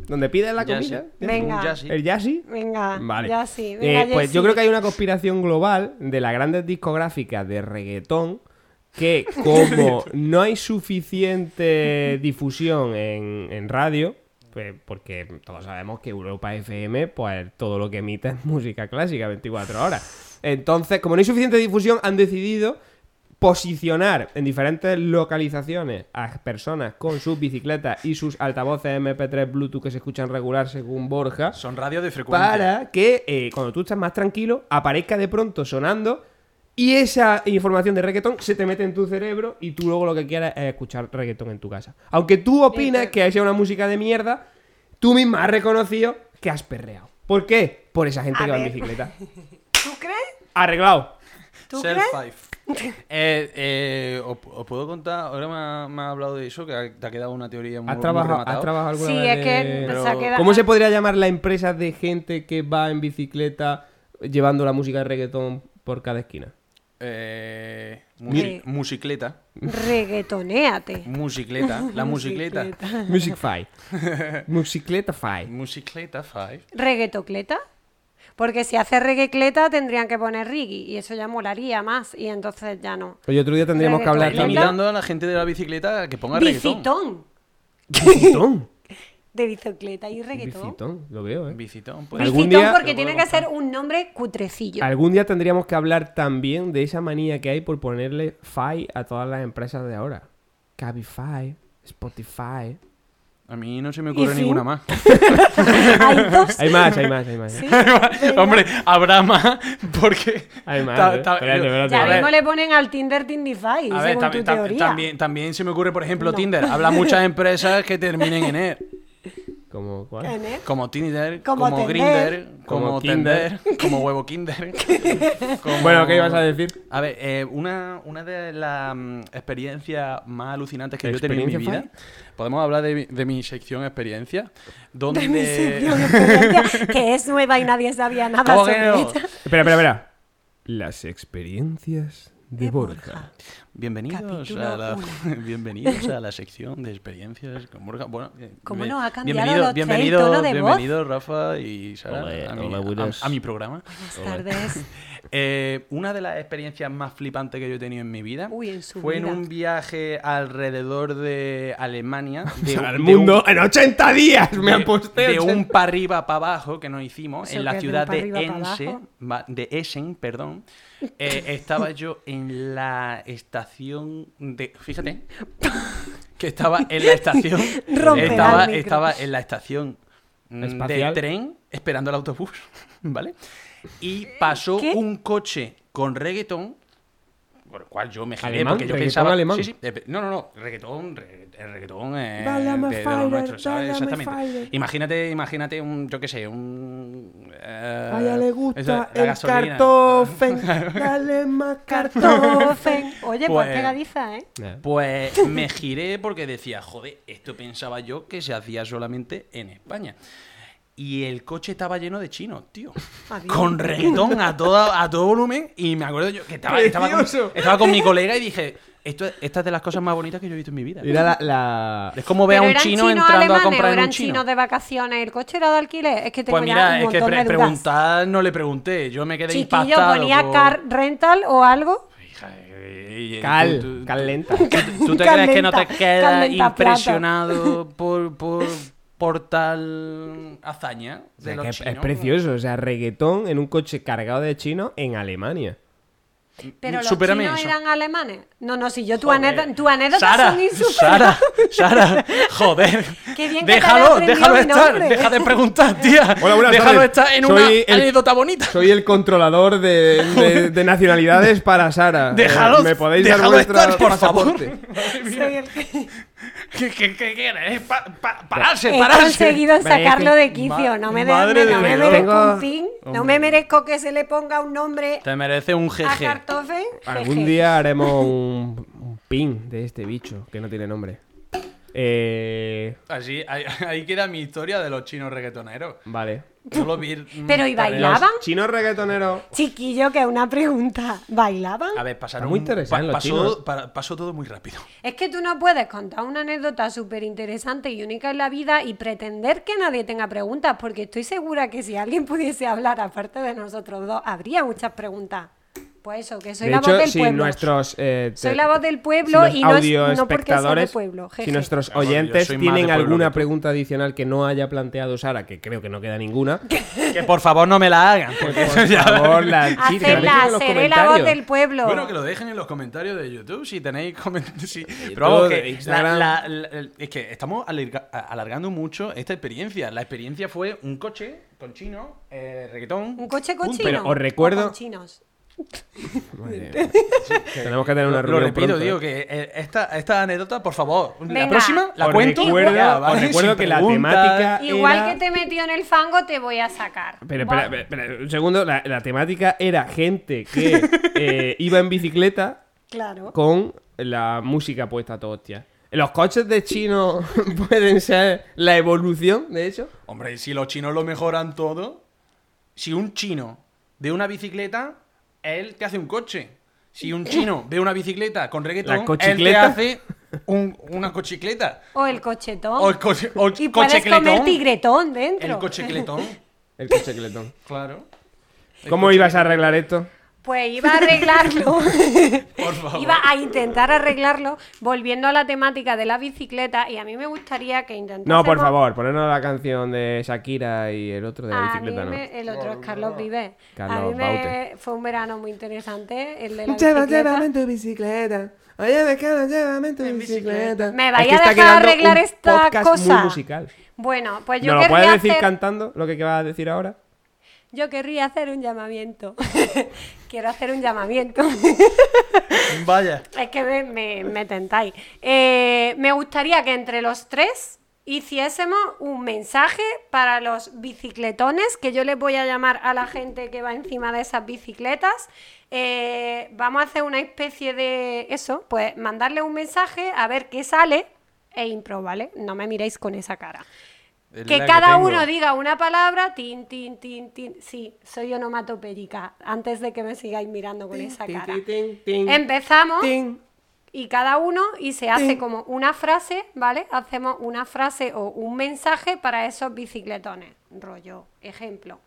Speaker 1: donde pides la
Speaker 2: Ya
Speaker 1: comida,
Speaker 2: sí.
Speaker 3: Venga.
Speaker 2: Un ya sí.
Speaker 1: el just eat.
Speaker 3: Venga,
Speaker 1: Vale.
Speaker 3: ya sí.
Speaker 1: Eh,
Speaker 3: Venga,
Speaker 1: pues yo
Speaker 3: Jessy.
Speaker 1: creo que hay una conspiración global de las grandes discográficas de reggaetón
Speaker 3: (laughs)
Speaker 1: que como no hay suficiente difusión en, en radio, pues porque todos sabemos que Europa FM, pues todo lo que emite es música clásica 24 horas. Entonces, como no hay suficiente difusión, han decidido posicionar en diferentes localizaciones a personas con sus bicicletas y sus altavoces MP3 Bluetooth que se escuchan regular según Borja
Speaker 2: Son radios de frecuencia.
Speaker 1: para que eh, cuando tú estás más tranquilo aparezca de pronto sonando y esa información de reggaetón se te mete en tu cerebro y tú luego lo que quieras es escuchar reggaetón en tu casa. Aunque tú opinas que sea una música de mierda, tú misma has reconocido que has perreado. ¿Por qué? Por esa gente
Speaker 3: A
Speaker 1: que va en
Speaker 3: ver.
Speaker 1: bicicleta.
Speaker 3: ¿Tú crees?
Speaker 1: Arreglado.
Speaker 3: ¿Tú
Speaker 2: Self
Speaker 3: crees?
Speaker 2: Five. Eh, eh, os, os puedo contar, ahora me ha, me ha hablado de eso, que ha- te ha quedado una teoría muy,
Speaker 1: ¿Has
Speaker 2: muy
Speaker 1: trabajado,
Speaker 2: rematada.
Speaker 1: has trabajado alguna
Speaker 3: Sí,
Speaker 1: vez
Speaker 3: es que
Speaker 1: de-
Speaker 3: se ha quedado-
Speaker 1: ¿Cómo se podría llamar la empresa de gente que va en bicicleta llevando la música de reggaetón por cada
Speaker 3: (laughs)
Speaker 1: esquina?
Speaker 2: Eh,
Speaker 3: Mire.
Speaker 2: musi- musicleta.
Speaker 3: Reggaetonéate.
Speaker 2: Musicleta. La musicleta.
Speaker 1: Music Five. Musicleta Five.
Speaker 2: musicleta Five.
Speaker 3: ¿Reggaetocleta? Porque si hace reggaecleta tendrían que poner Riggy y eso ya molaría más y entonces ya no.
Speaker 1: Oye, Pues otro día tendríamos que hablar
Speaker 3: Reggaetón.
Speaker 1: también.
Speaker 2: Limitando a la gente de la bicicleta a que ponga reggaetón.
Speaker 3: Bicitón.
Speaker 1: (laughs) Bicitón.
Speaker 3: De bicicleta y reggaetón.
Speaker 1: Bicitón, lo veo, eh.
Speaker 2: Bicitón. pues.
Speaker 1: Algún
Speaker 3: Bicitón
Speaker 1: día-
Speaker 3: porque
Speaker 2: Lo puedo
Speaker 3: tiene que ser un nombre cutrecillo.
Speaker 1: Algún día tendríamos que hablar también de esa manía que hay por ponerle Fi a todas las empresas de ahora. Cabify, Spotify.
Speaker 2: A mí no se me ocurre
Speaker 3: fin?
Speaker 2: ninguna más.
Speaker 3: Hay
Speaker 2: (laughs)
Speaker 3: dos.
Speaker 1: Hay más, hay más, hay más.
Speaker 3: Sí.
Speaker 2: Hombre, habrá más (laughs) porque...
Speaker 1: Hay más,
Speaker 2: ta-
Speaker 1: eh.
Speaker 2: ta-
Speaker 1: Espérate, espérate.
Speaker 3: Ya
Speaker 2: a ver,
Speaker 3: mismo le ponen al Tinder Tindify,
Speaker 2: A
Speaker 3: según
Speaker 2: ver,
Speaker 3: tu
Speaker 2: también, tam-
Speaker 3: teoría.
Speaker 2: también, también se me ocurre, por ejemplo, Tinder.
Speaker 3: (laughs)
Speaker 2: Habla muchas empresas que terminen en er.
Speaker 1: Como cuál.
Speaker 3: ¿Eh?
Speaker 2: Como Tinder,
Speaker 3: (laughs) Como
Speaker 2: como,
Speaker 3: Tender.
Speaker 2: Grinder, como,
Speaker 1: Como
Speaker 2: Tender, (laughs) como Huevo
Speaker 3: (laughs)
Speaker 2: Kinder. como-
Speaker 1: Bueno, ¿qué ibas a decir?
Speaker 2: A ver, eh, una, una de las mm, experiencias más alucinantes que yo he tenido en mi
Speaker 1: ¿Experiencia,
Speaker 2: vida. Podemos hablar de, mi- de mi sección experiencia. Donde...
Speaker 3: De mi sección experiencia, que es nueva y nadie sabía nada
Speaker 2: ¿Cómo que
Speaker 3: sobre
Speaker 2: no?
Speaker 3: ella.
Speaker 1: Espera, espera, espera. Las experiencias de Borja.
Speaker 2: Bienvenidos
Speaker 3: Capítulo
Speaker 2: a, la, (laughs) bienvenidos a la sección de experiencias con Borja. Bueno, eh,
Speaker 3: ¿Cómo
Speaker 2: bien-
Speaker 3: nos ha
Speaker 2: bienvenido,
Speaker 3: cambiado los tres,
Speaker 2: bienvenido,
Speaker 3: tono de voz?
Speaker 2: bienvenido, Rafa y Sara
Speaker 1: Hola,
Speaker 2: a, mi,
Speaker 1: hola,
Speaker 2: a-
Speaker 1: buenas.
Speaker 2: a mi programa.
Speaker 3: Buenas tardes.
Speaker 2: Eh, una de las experiencias más flipantes que yo he tenido en mi vida
Speaker 3: Uy, en su
Speaker 2: fue
Speaker 3: vida.
Speaker 2: en un viaje alrededor de Alemania.
Speaker 1: (laughs)
Speaker 2: De,
Speaker 1: Al
Speaker 2: de
Speaker 1: mundo
Speaker 2: un-
Speaker 1: en 80 días (laughs) me han
Speaker 2: de-
Speaker 1: puesto.
Speaker 2: de un para arriba para abajo que nos hicimos
Speaker 3: Eso
Speaker 2: en
Speaker 3: que
Speaker 2: la
Speaker 3: es de un
Speaker 2: ciudad
Speaker 3: pa'
Speaker 2: de,
Speaker 3: arriba, pa'
Speaker 2: Ense,
Speaker 3: abajo.
Speaker 2: va- de Essen, perdón. Eh, estaba yo en la estación de.
Speaker 1: (laughs)
Speaker 2: Fíjate. Que estaba en la
Speaker 3: (laughs)
Speaker 2: estación.
Speaker 3: Romperá el
Speaker 2: estaba,
Speaker 3: micro.
Speaker 2: estaba en la estación mm,
Speaker 1: Espacial.
Speaker 2: de tren esperando el autobús. (laughs) ¿Vale? y pasó
Speaker 3: ¿Qué?
Speaker 2: un coche con reggaetón, por el cual yo me giré
Speaker 1: ¿Alemán?
Speaker 2: porque yo
Speaker 1: ¿Reggaetón
Speaker 2: pensaba...
Speaker 1: alemán?
Speaker 2: Sí, sí, eh, no, no, no, reggaetón, re- el reggaetón eh,
Speaker 1: Dálame
Speaker 2: de, de
Speaker 1: fire,
Speaker 2: los nuestros, ¿sabes?
Speaker 1: dálame
Speaker 2: Exactamente.
Speaker 1: fire.
Speaker 2: Imagínate, imagínate un, yo qué sé, un... eh,
Speaker 1: A ella le gusta
Speaker 2: esa- la
Speaker 1: el
Speaker 2: gasolina.
Speaker 1: cartofen.
Speaker 2: (laughs)
Speaker 1: Dale más cartofen.
Speaker 3: Tofen. Oye, pues
Speaker 2: Pues-
Speaker 3: pegadiza, ¿eh?
Speaker 2: Pues me giré porque decía, joder, esto pensaba yo que se hacía solamente en España. Y el coche estaba lleno de chinos, tío.
Speaker 1: Ah,
Speaker 3: Adiós.
Speaker 2: Con reggaetón a todo, a todo volumen. Y me acuerdo yo que estaba, estaba, con,
Speaker 1: Precioso.
Speaker 2: estaba con mi colega y dije, esto, esta es de las cosas más bonitas que yo he visto en mi vida.
Speaker 1: Era la, la-
Speaker 2: Es como ver a
Speaker 3: Pero
Speaker 2: un
Speaker 3: eran
Speaker 2: chino
Speaker 3: chinos
Speaker 2: entrando
Speaker 3: alemanes
Speaker 2: a comprar
Speaker 3: o
Speaker 2: en
Speaker 3: eran
Speaker 2: un chino.
Speaker 3: chinos de vacaciones. ¿El coche era de alquiler? Es que tengo
Speaker 2: Pues mira,
Speaker 3: ya un
Speaker 2: es que
Speaker 3: montón
Speaker 2: pre-
Speaker 3: de dudas.
Speaker 2: preguntar no le pregunté. Yo me quedé
Speaker 3: Chiquillo,
Speaker 2: impactado.
Speaker 3: ¿ponía
Speaker 2: por-
Speaker 3: car rental o algo?
Speaker 2: Hija, eh, eh, tú-
Speaker 1: Cal,
Speaker 2: tú-
Speaker 1: cal lenta.
Speaker 2: ¿Tú, tú te
Speaker 3: Calenta,
Speaker 2: crees que no te quedas
Speaker 3: calenta
Speaker 2: impresionado por, por, por tal hazaña
Speaker 1: O
Speaker 2: de
Speaker 1: sea,
Speaker 2: los
Speaker 1: que es, es
Speaker 2: chinos?
Speaker 1: precioso, o sea, reggaetón en un coche cargado de chino en Alemania.
Speaker 3: Pero los
Speaker 2: Supérame
Speaker 3: chinos
Speaker 2: eso.
Speaker 3: eran alemanes. No, no, si yo tu,
Speaker 2: Joder.
Speaker 3: anécdota, tu anécdota
Speaker 2: Sara,
Speaker 3: son
Speaker 2: Sara,
Speaker 3: insuperables.
Speaker 2: Sara, joder.
Speaker 3: Qué bien que te hayas
Speaker 2: déjalo,
Speaker 3: aprendido
Speaker 2: déjalo
Speaker 3: mi
Speaker 2: estar,
Speaker 3: nombre.
Speaker 2: deja de preguntar, tía.
Speaker 1: (laughs) Hola, buenas
Speaker 2: déjalo
Speaker 1: tardes.
Speaker 2: estar en
Speaker 1: Soy
Speaker 2: una
Speaker 1: el-
Speaker 2: anécdota bonita. (laughs)
Speaker 1: Soy el controlador de, de- de nacionalidades para
Speaker 3: (laughs)
Speaker 1: Sara. Eh,
Speaker 2: Déjalo-
Speaker 1: ¿Me podéis dar
Speaker 2: déjalo
Speaker 1: vuestro
Speaker 2: estar, por favor.
Speaker 1: pasaporte?
Speaker 3: Soy el que-
Speaker 2: ¿Qué, qué, qué quieres? Pa- pa- pararse,
Speaker 3: He
Speaker 2: pararse.
Speaker 3: conseguido
Speaker 1: Vale, es que-
Speaker 3: sacarlo de quicio.
Speaker 2: Ma-
Speaker 3: No me, de-
Speaker 2: madre
Speaker 3: no
Speaker 2: de
Speaker 3: me
Speaker 2: Dios.
Speaker 3: merezco
Speaker 1: Tengo-
Speaker 3: un pin. No me merezco que se le ponga un nombre
Speaker 2: Te merece un
Speaker 3: a
Speaker 2: jeje.
Speaker 3: Cartofe.
Speaker 1: (laughs) Algún día haremos un, un pin de este bicho que no tiene nombre. Eh,
Speaker 2: Así, ahí, (laughs) ahí queda mi historia de los chinos reggaetoneros.
Speaker 1: vale.
Speaker 2: Yo lo vi. mm,
Speaker 3: Pero, ¿y
Speaker 2: a ver,
Speaker 3: bailaban?
Speaker 1: Chino reggaetonero.
Speaker 3: Chiquillo, que es una pregunta. ¿Bailaban?
Speaker 2: A ver, pasaron.
Speaker 1: Está muy interesante los chinos.
Speaker 2: pasó, pa- pasó todo muy rápido. (laughs)
Speaker 3: Es que tú no puedes contar una anécdota súper interesante y única en la vida y pretender que nadie tenga preguntas, porque estoy segura que si alguien pudiese hablar aparte de nosotros dos, habría muchas preguntas. Pues eso, que soy
Speaker 1: de
Speaker 3: la voz
Speaker 1: hecho,
Speaker 3: del
Speaker 1: si
Speaker 3: pueblo.
Speaker 1: nuestros. eh, te-
Speaker 3: Soy la voz del pueblo
Speaker 1: si
Speaker 3: y
Speaker 1: los
Speaker 3: no, es, no porque soy de
Speaker 1: audioespectadores,
Speaker 3: pueblo. jeje.
Speaker 1: Si nuestros
Speaker 2: Claro, yo
Speaker 1: oyentes
Speaker 2: soy más de
Speaker 1: tienen
Speaker 2: pueblo que
Speaker 1: alguna
Speaker 2: tú.
Speaker 1: pregunta adicional que no haya planteado Sara, que creo que no queda ninguna,
Speaker 2: Que por favor no me la hagan. Porque eso
Speaker 1: por
Speaker 2: ya-
Speaker 1: favor, la sí, que la dejen
Speaker 3: Hacedla,
Speaker 1: en los
Speaker 3: seré la voz
Speaker 1: comentarios.
Speaker 3: del
Speaker 2: (laughs)
Speaker 3: pueblo.
Speaker 2: Bueno, que lo dejen en los comentarios de YouTube (laughs) si tenéis comentarios. Pero
Speaker 1: todo,
Speaker 2: vamos, que
Speaker 1: de
Speaker 2: la-
Speaker 1: Instagram.
Speaker 2: la- la- es que estamos alarga- alargando mucho esta experiencia. La experiencia fue un coche con chino, eh, reggaetón.
Speaker 3: Un coche
Speaker 2: punto.
Speaker 3: cochino.
Speaker 1: Pero os
Speaker 3: o
Speaker 1: recuerdo-
Speaker 3: con chinos.
Speaker 1: Madre mía. Tenemos que tener una
Speaker 2: Lo, lo
Speaker 1: reunión
Speaker 2: repito,
Speaker 1: pronto,
Speaker 2: digo,
Speaker 1: ¿eh?
Speaker 2: que eh, esta, esta anécdota, por favor,
Speaker 3: Venga.
Speaker 2: la próxima la
Speaker 1: Os
Speaker 2: cuento.
Speaker 1: recuerdo-
Speaker 2: Ya,
Speaker 1: os
Speaker 2: ¿vale?
Speaker 1: recuerdo
Speaker 2: (laughs) Sin
Speaker 1: que la
Speaker 2: preguntas.
Speaker 1: temática-
Speaker 3: Igual
Speaker 1: Era-
Speaker 3: que te metió en el fango, te voy a sacar.
Speaker 1: Pero,
Speaker 3: Buah.
Speaker 1: espera, espera, espera, un segundo, la, la temática era gente
Speaker 3: (laughs)
Speaker 1: que eh, iba en bicicleta
Speaker 3: Claro.
Speaker 1: con la música puesta a todo hostia. ¿Los coches de chino (laughs) pueden ser la evolución, de hecho?
Speaker 2: Hombre, si los chinos lo mejoran todo, si un chino de una bicicleta, él te hace un coche. Si un chino ve una bicicleta con
Speaker 1: La
Speaker 2: reggaetón, él te
Speaker 1: cochicleta.
Speaker 2: hace un- una cochicleta.
Speaker 3: O el cochetón.
Speaker 2: O el, coche, o el
Speaker 3: Oh. y puedes comer
Speaker 2: cochecletón.
Speaker 3: tigretón dentro.
Speaker 2: El cochecletón,
Speaker 1: El coche cletón.
Speaker 2: claro. El
Speaker 1: ¿Cómo
Speaker 2: coche-
Speaker 1: ibas a arreglar esto?
Speaker 3: Pues iba a
Speaker 2: (laughs)
Speaker 3: arreglarlo.
Speaker 2: Por favor.
Speaker 3: Iba a intentar arreglarlo volviendo a la temática de la bicicleta y a mí me gustaría que intentásemos...
Speaker 1: No, por favor, ponernos la canción de Shakira y el otro de la
Speaker 3: A
Speaker 1: bicicleta,
Speaker 3: mí
Speaker 1: ¿no?
Speaker 3: me- el otro es Carlos Vives. a
Speaker 1: Carlos
Speaker 3: mí me,
Speaker 1: Baute.
Speaker 3: fue un verano muy interesante el de la
Speaker 4: Lleva,
Speaker 3: bicicleta.
Speaker 4: llévame en tu bicicleta. Oye, mecano, llévame en tu bicicleta.
Speaker 3: Me
Speaker 1: Es que
Speaker 3: vaya a
Speaker 1: está
Speaker 3: dejar
Speaker 1: quedando
Speaker 3: arreglar
Speaker 1: un
Speaker 3: esta
Speaker 1: podcast
Speaker 3: cosa.
Speaker 1: Muy musical.
Speaker 3: Bueno, pues yo
Speaker 1: ¿Nos lo
Speaker 3: querría
Speaker 1: puedes decir
Speaker 3: hacer...
Speaker 1: cantando lo que vas a decir ahora?
Speaker 3: Yo querría hacer un llamamiento. (laughs) Quiero hacer un llamamiento.
Speaker 2: Vaya.
Speaker 3: es que me, me- me tentáis. Eh, me gustaría que entre los tres hiciésemos un mensaje para los bicicletones, que yo les voy a llamar a la gente que va encima de esas bicicletas. Eh, vamos a hacer una especie de eso, pues mandarle un mensaje a ver qué sale e impro, ¿vale? No me miréis con esa cara.
Speaker 2: Es
Speaker 3: Que
Speaker 2: la
Speaker 3: cada
Speaker 2: tengo.
Speaker 3: uno diga una palabra, tin, tin, tin, tin. Sí, soy onomatopédica, antes de que me sigáis mirando con esa cara. Empezamos y cada uno y se hace como una frase, ¿vale? Hacemos una frase o un mensaje para esos bicicletones. Rollo, ejemplo.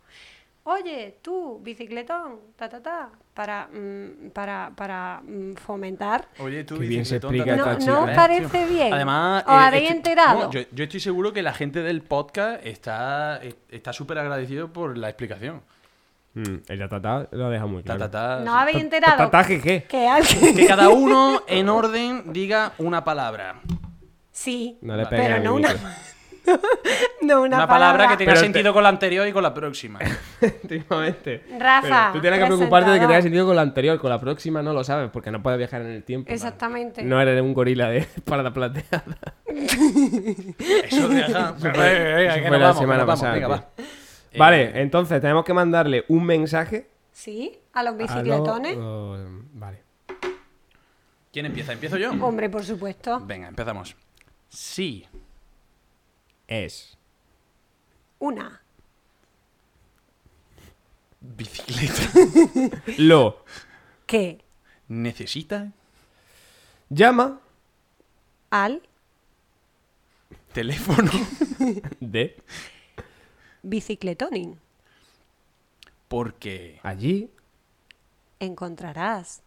Speaker 3: Oye, tú, bicicletón, ta, ta, ta, para, mm, para, para mm, fomentar.
Speaker 2: Oye, tú
Speaker 1: Qué bien se
Speaker 2: bicicletón,
Speaker 1: explica
Speaker 2: ta,
Speaker 1: esta
Speaker 2: ta, ta,
Speaker 1: chica,
Speaker 2: ta,
Speaker 1: ¿eh? ¿No
Speaker 2: ta, ta.
Speaker 3: parece bien?
Speaker 2: Además,
Speaker 3: ¿Os habéis
Speaker 2: estoy-
Speaker 3: enterado?
Speaker 2: no, yo, yo estoy seguro que la gente del podcast está está súper agradecido por la explicación.
Speaker 1: Mm, el tatatá lo ha dejado muy
Speaker 2: Ta,
Speaker 1: claro.
Speaker 2: ta, ta.
Speaker 3: ¿No habéis enterado?
Speaker 1: Tatatá jeje.
Speaker 3: Que alguien...
Speaker 2: Que cada uno en orden diga una palabra.
Speaker 3: Sí,
Speaker 1: No le
Speaker 3: pero
Speaker 1: pegues al
Speaker 3: no una.
Speaker 1: micro.
Speaker 3: (laughs) No, una,
Speaker 2: Una, palabra, que tenga
Speaker 1: Pero te-
Speaker 2: sentido con la anterior y con la próxima.
Speaker 1: (laughs) Últimamente.
Speaker 3: Rafa,
Speaker 1: Pero tú tienes que preocuparte de que
Speaker 3: presentador.
Speaker 1: tenga sentido con la anterior, con la próxima no lo sabes, porque no puedes viajar en el tiempo.
Speaker 3: Exactamente.
Speaker 1: No eres un gorila de (laughs) parada plateada.
Speaker 2: Eso de ajá. Venga,
Speaker 1: (laughs) Eso
Speaker 2: venga, que
Speaker 1: fue la
Speaker 2: nos vamos,
Speaker 1: semana
Speaker 2: que nos vamos.
Speaker 1: pasada,
Speaker 2: Venga,
Speaker 1: tío.
Speaker 2: va.
Speaker 1: Vale, entonces tenemos que mandarle un mensaje.
Speaker 3: Sí, a
Speaker 1: a
Speaker 3: los
Speaker 1: los-
Speaker 3: bicicletones.
Speaker 1: oh, vale.
Speaker 2: ¿Quién empieza? ¿Empiezo yo?
Speaker 3: Hombre, por supuesto.
Speaker 2: Venga, empezamos. Sí,
Speaker 1: Es.
Speaker 3: Una.
Speaker 2: bicicleta. (laughs)
Speaker 1: Lo.
Speaker 3: Que
Speaker 2: Necesita
Speaker 1: Llama.
Speaker 3: al
Speaker 2: teléfono (laughs)
Speaker 1: De.
Speaker 3: bicicletoning
Speaker 2: porque
Speaker 1: Allí.
Speaker 3: encontrarás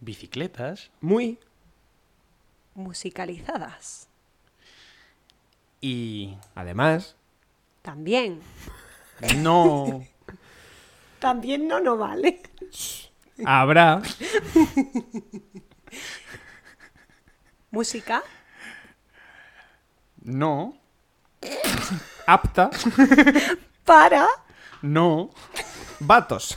Speaker 2: bicicletas
Speaker 1: Muy.
Speaker 3: musicalizadas.
Speaker 2: y
Speaker 1: Además.
Speaker 3: También.
Speaker 2: no
Speaker 3: También no, no vale.
Speaker 1: Habrá.
Speaker 3: Música
Speaker 2: no
Speaker 1: Apta.
Speaker 3: para
Speaker 2: no
Speaker 1: Vatos.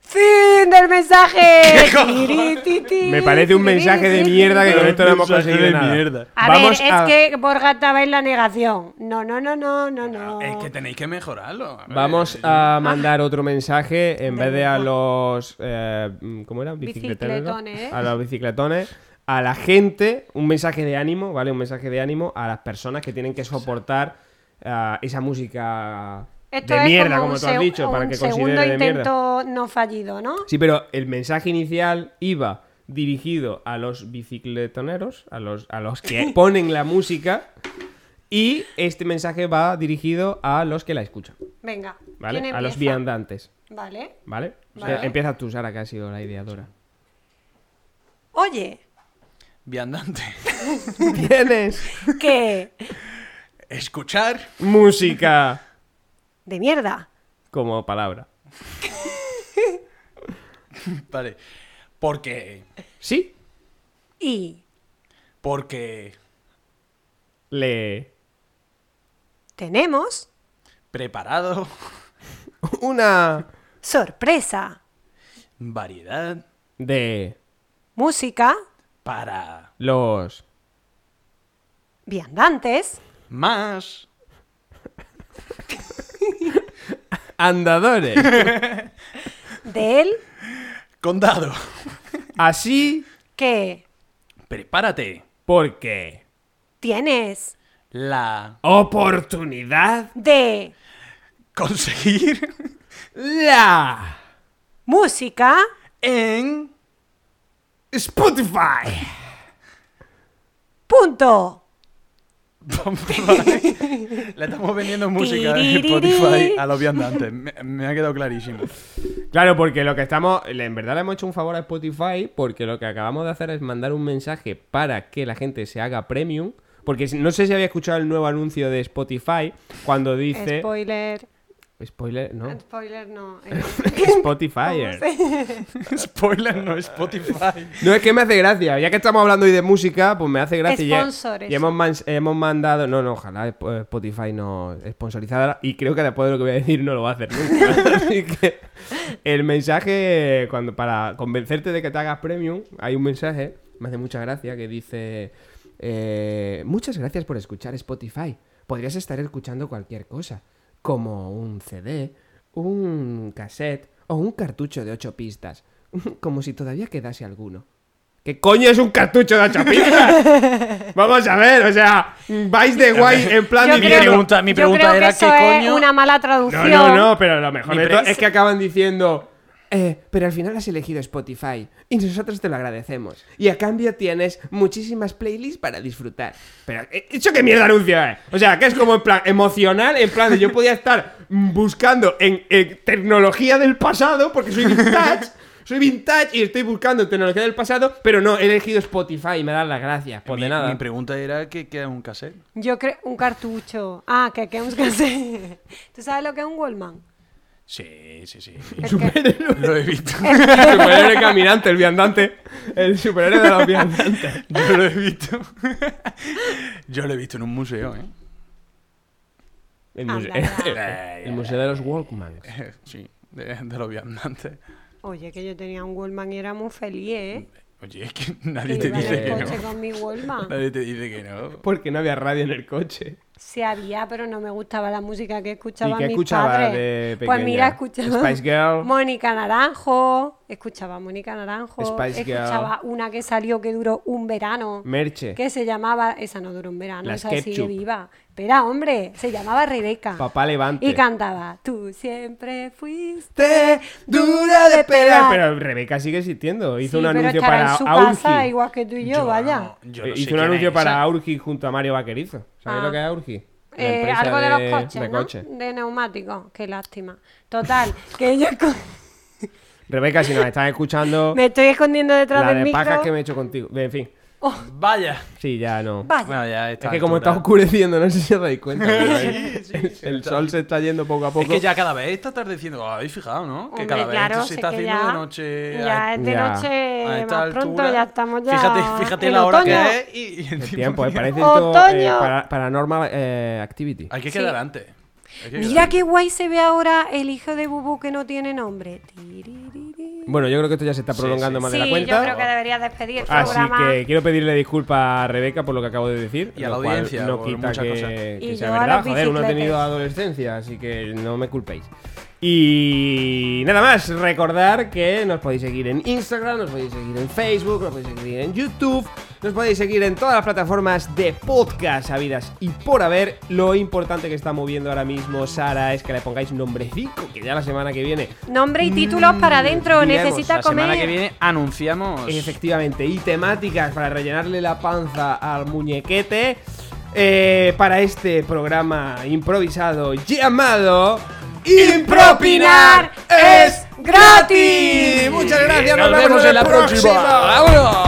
Speaker 3: fin
Speaker 1: (laughs)
Speaker 3: del mensaje. Tiri, ti, ti,
Speaker 1: Me parece un
Speaker 3: tiri,
Speaker 1: mensaje de
Speaker 3: ti,
Speaker 1: mierda que
Speaker 3: ti,
Speaker 1: con
Speaker 2: Pero
Speaker 1: esto no
Speaker 2: un
Speaker 1: hemos
Speaker 2: mensaje
Speaker 1: conseguido
Speaker 2: de
Speaker 1: nada.
Speaker 2: mierda.
Speaker 3: A
Speaker 1: Vamos
Speaker 3: ver, es
Speaker 1: a-
Speaker 3: que Borja estaba en la negación. No, no, no, no, no,
Speaker 1: Ah,
Speaker 3: no.
Speaker 2: es que tenéis que mejorarlo A ver,
Speaker 1: Vamos a mandar otro mensaje en vez de a los. eh, mm, ¿Cómo era? Bicicleteros. ¿no?
Speaker 3: Bicicletones.
Speaker 1: A los bicicletones. A la gente, un mensaje de ánimo, ¿vale? Un mensaje de ánimo a las personas que tienen que soportar ah, esa música
Speaker 3: Esto
Speaker 1: de
Speaker 3: es
Speaker 1: mierda, como,
Speaker 3: un
Speaker 1: tú has
Speaker 3: seg-
Speaker 1: dicho, para
Speaker 3: un
Speaker 1: que
Speaker 3: segundo
Speaker 1: considere de mierda.
Speaker 3: intento no fallido, ¿no?
Speaker 1: Sí, pero el mensaje inicial iba dirigido a los bicicletoneros, a los, a los
Speaker 3: (laughs)
Speaker 1: que ponen la música, y este mensaje va dirigido a los que la escuchan,
Speaker 3: Venga.
Speaker 1: ¿vale?
Speaker 3: ¿quién
Speaker 1: A los
Speaker 3: empieza?
Speaker 1: viandantes.
Speaker 3: Vale.
Speaker 1: ¿Vale? O sea,
Speaker 3: Vale.
Speaker 1: empieza tú, Sara, que has sido la
Speaker 3: (laughs)
Speaker 1: ideadora.
Speaker 3: Oye,
Speaker 2: viandante
Speaker 1: Tienes
Speaker 3: que
Speaker 2: escuchar
Speaker 1: música
Speaker 3: de mierda.
Speaker 1: como palabra.
Speaker 2: vale porque
Speaker 1: Sí,
Speaker 3: Y
Speaker 2: porque
Speaker 1: le
Speaker 3: tenemos
Speaker 2: preparado (laughs)
Speaker 1: una
Speaker 3: sorpresa.
Speaker 2: variedad
Speaker 1: de
Speaker 3: Música,
Speaker 2: para
Speaker 1: los
Speaker 3: viandantes,
Speaker 2: más
Speaker 3: (laughs)
Speaker 1: andadores.
Speaker 3: del
Speaker 2: condado
Speaker 1: Así
Speaker 3: que
Speaker 2: prepárate
Speaker 1: porque
Speaker 3: tienes
Speaker 2: la
Speaker 1: oportunidad
Speaker 3: de
Speaker 2: conseguir (laughs)
Speaker 1: la
Speaker 3: música
Speaker 2: en
Speaker 1: Spotify.
Speaker 3: punto
Speaker 2: Le estamos vendiendo música de
Speaker 3: Tiririri.
Speaker 2: Spotify a los viandantes. Me, me ha quedado clarísimo.
Speaker 1: Claro, porque lo que estamos, en verdad le hemos hecho un favor a Spotify porque lo que acabamos de hacer es mandar un mensaje para que la gente se haga premium. Porque no sé si había escuchado el nuevo anuncio de Spotify cuando dice...
Speaker 3: spoiler
Speaker 1: Spoiler, no.
Speaker 3: spoiler
Speaker 1: (laughs)
Speaker 3: no Eh,
Speaker 1: Spotify.
Speaker 2: Spoiler, no Spotify.
Speaker 1: No, es que me hace gracia. Ya que estamos hablando hoy de música, pues me hace gracia. Ya-
Speaker 3: Sponsor,
Speaker 1: ya
Speaker 3: eso.
Speaker 1: hemos, man- hemos mandado. No, no, ojalá Sp- eh, Spotify no sponsorizara. Y creo que después de lo que voy a decir no lo va a hacer nunca. (laughs) Así que el mensaje, cuando para convencerte de que te hagas premium, hay un mensaje, me hace mucha gracia, que dice: eh, Muchas gracias por escuchar Spotify. Podrías estar escuchando cualquier cosa, como un CD, un cassette o un cartucho de ocho pistas. (laughs) Como si todavía quedase alguno. ¿Qué coño es un cartucho de ocho pistas?
Speaker 3: (laughs)
Speaker 1: Vamos a ver, o sea, vais de guay en plan
Speaker 3: Yo
Speaker 2: Mi
Speaker 3: creo-
Speaker 1: diciendo...
Speaker 2: pregunta- mi
Speaker 3: yo
Speaker 2: pregunta
Speaker 3: creo que
Speaker 2: era
Speaker 3: eso
Speaker 2: qué
Speaker 3: es
Speaker 2: coño-
Speaker 3: una mala
Speaker 1: No,
Speaker 3: traducción
Speaker 1: no, no, pero lo mejor
Speaker 2: Mi
Speaker 1: de todo
Speaker 2: pre-
Speaker 1: es que acaban diciendo... "Eh, pero al final has elegido Spotify y nosotros te lo agradecemos. Y a cambio tienes muchísimas playlists para disfrutar. Pero, eh, ¿eso qué mierda anuncio es? O sea, que es como en plan emocional, en plan de yo podía estar mm, buscando en, en tecnología del pasado, porque soy vintage, soy vintage y estoy buscando en tecnología del pasado, pero no, he elegido Spotify y me dan las gracias, por pues de
Speaker 2: mi,
Speaker 1: nada.
Speaker 2: mi pregunta era que queda un cassette.
Speaker 3: (laughs) yo creo un cartucho ah que que un cassette tú sabes lo que es un Wallman
Speaker 2: Sí, sí, sí.
Speaker 3: Es que-
Speaker 2: Lo he visto.
Speaker 1: (laughs) El superhéroe caminante, el viandante. El superhéroe de los viandantes.
Speaker 2: Yo lo he visto. (laughs) Yo lo he visto en un museo, ¿eh? (laughs)
Speaker 1: El, muse- (laughs)
Speaker 3: Anda.
Speaker 1: el museo de los Walkmans.
Speaker 2: Sí, de, de los viandantes.
Speaker 3: Oye, que yo tenía un Wallman y era muy feliz,
Speaker 1: (laughs)
Speaker 3: ¿eh?
Speaker 2: Oye, es que (laughs)
Speaker 3: Que
Speaker 2: nadie
Speaker 3: yo
Speaker 2: te
Speaker 3: iba en
Speaker 2: dice
Speaker 3: el
Speaker 2: que
Speaker 3: coche
Speaker 2: no.
Speaker 3: con
Speaker 1: (laughs)
Speaker 3: mi Wallman.
Speaker 2: Nadie te dice que no.
Speaker 1: Porque no había radio en el coche.
Speaker 3: Se había, pero no me gustaba la música que
Speaker 1: ¿Y
Speaker 3: escuchaban
Speaker 1: qué
Speaker 3: mis
Speaker 1: escuchaba
Speaker 3: padres.
Speaker 1: de pequeña?
Speaker 3: Pues mira, escuchaba
Speaker 1: Spice Girl.
Speaker 3: Mónica Naranjo, escuchaba a Mónica Naranjo,
Speaker 1: Spice Girl.
Speaker 3: escuchaba una que salió que duró un verano,
Speaker 1: Merche.
Speaker 3: que se llamaba, esa no duró un verano,
Speaker 1: La
Speaker 3: esa
Speaker 1: Sketchup.
Speaker 3: sigue viva. Espera, hombre, se llamaba Rebeca.
Speaker 1: Papá Levante.
Speaker 3: Y cantaba, tú siempre fuiste.
Speaker 1: Te
Speaker 3: dura de pelar.
Speaker 1: Pero Rebeca sigue existiendo. Hizo
Speaker 3: Sí,
Speaker 1: un
Speaker 3: pero
Speaker 1: anuncio
Speaker 3: estará
Speaker 1: para
Speaker 3: en su casa,
Speaker 1: Aurgi.
Speaker 3: igual que tú y yo, vaya.
Speaker 2: no- yo no
Speaker 1: Eh,
Speaker 2: sé
Speaker 1: Hizo
Speaker 2: quién
Speaker 1: un
Speaker 2: es
Speaker 1: anuncio para
Speaker 2: esa.
Speaker 1: Aurgi junto a Mario Vaquerizo. ¿Sabes
Speaker 3: Ah.
Speaker 1: lo que es Aurgi? La
Speaker 3: Eh,
Speaker 1: empresa
Speaker 3: algo de, los coches,
Speaker 1: de
Speaker 3: ¿no?
Speaker 1: coches.
Speaker 3: De neumáticos, qué lástima. Total, que yo
Speaker 1: (laughs)
Speaker 3: esco-
Speaker 1: Rebeca, si nos estás escuchando,
Speaker 3: me estoy escondiendo detrás
Speaker 1: la
Speaker 3: del
Speaker 1: de pajas
Speaker 3: micro.
Speaker 1: que me he hecho contigo. En fin,
Speaker 2: Vaya.
Speaker 1: sí, ya no.
Speaker 3: Vaya.
Speaker 2: Bueno, ya está.
Speaker 1: Es que como está oscureciendo, no sé si os dais cuenta. pero el- el sol se está yendo poco a poco.
Speaker 2: Es que ya cada vez está atardeciendo. Os habéis fijado, ¿no? que
Speaker 3: Hombre,
Speaker 2: cada vez
Speaker 3: claro,
Speaker 2: esto
Speaker 3: sí
Speaker 2: se está
Speaker 3: que
Speaker 2: haciendo
Speaker 3: ya-
Speaker 2: de noche.
Speaker 3: Ya
Speaker 2: a-
Speaker 3: es de
Speaker 1: Ya.
Speaker 3: noche,
Speaker 2: a esta
Speaker 3: más
Speaker 2: altura.
Speaker 3: pronto ya estamos ya.
Speaker 2: Fíjate, fíjate
Speaker 3: en
Speaker 2: la hora
Speaker 3: otoño.
Speaker 2: que es y, y el
Speaker 1: El
Speaker 2: tiempo
Speaker 1: (laughs) tiempo, eh,
Speaker 2: que-
Speaker 1: parece esto eh,
Speaker 3: Otoño.
Speaker 1: para- paranormal eh, activity.
Speaker 2: Hay que
Speaker 3: Sí.
Speaker 2: quedar antes. Hay que
Speaker 3: Mira
Speaker 2: quedar-
Speaker 3: qué guay se ve ahora el hijo de Bubu que no tiene nombre. Tiririri.
Speaker 1: Bueno, yo creo que esto ya se está
Speaker 2: Sí,
Speaker 1: prolongando
Speaker 2: sí.
Speaker 1: más
Speaker 3: Sí,
Speaker 1: de la
Speaker 3: yo
Speaker 1: cuenta.
Speaker 3: creo que deberías despedir el
Speaker 1: Así
Speaker 3: programa.
Speaker 1: que quiero pedirle disculpas a Rebeca por lo que acabo de decir.
Speaker 2: Y a
Speaker 1: lo
Speaker 2: la
Speaker 1: cual
Speaker 2: audiencia
Speaker 1: No
Speaker 2: por
Speaker 1: quita
Speaker 2: muchas
Speaker 1: que,
Speaker 2: cosas.
Speaker 1: que
Speaker 3: Y
Speaker 1: sea
Speaker 3: yo a
Speaker 1: verdad.
Speaker 3: las
Speaker 1: Joder, uno ha tenido
Speaker 3: bicicletas.
Speaker 1: adolescencia, así que no me culpéis. Y nada más, recordar que nos podéis seguir en Instagram, nos podéis seguir en Facebook, nos podéis seguir en YouTube, nos podéis seguir en todas las plataformas de podcast habidas y por haber. Lo importante que está moviendo ahora mismo Sara es que le pongáis un nombrecito, que ya la semana que viene
Speaker 3: Nombre y títulos para adentro.
Speaker 1: diremos,
Speaker 3: Necesita
Speaker 2: La semana
Speaker 3: comer.
Speaker 2: que viene anunciamos.
Speaker 1: Efectivamente, y temáticas para rellenarle la panza al muñequete. eh, para este programa improvisado llamado
Speaker 3: Impropinar es gratis.
Speaker 1: Muchas gracias,
Speaker 2: Eh, Nos vemos en la próxima.
Speaker 1: ¡Vámonos!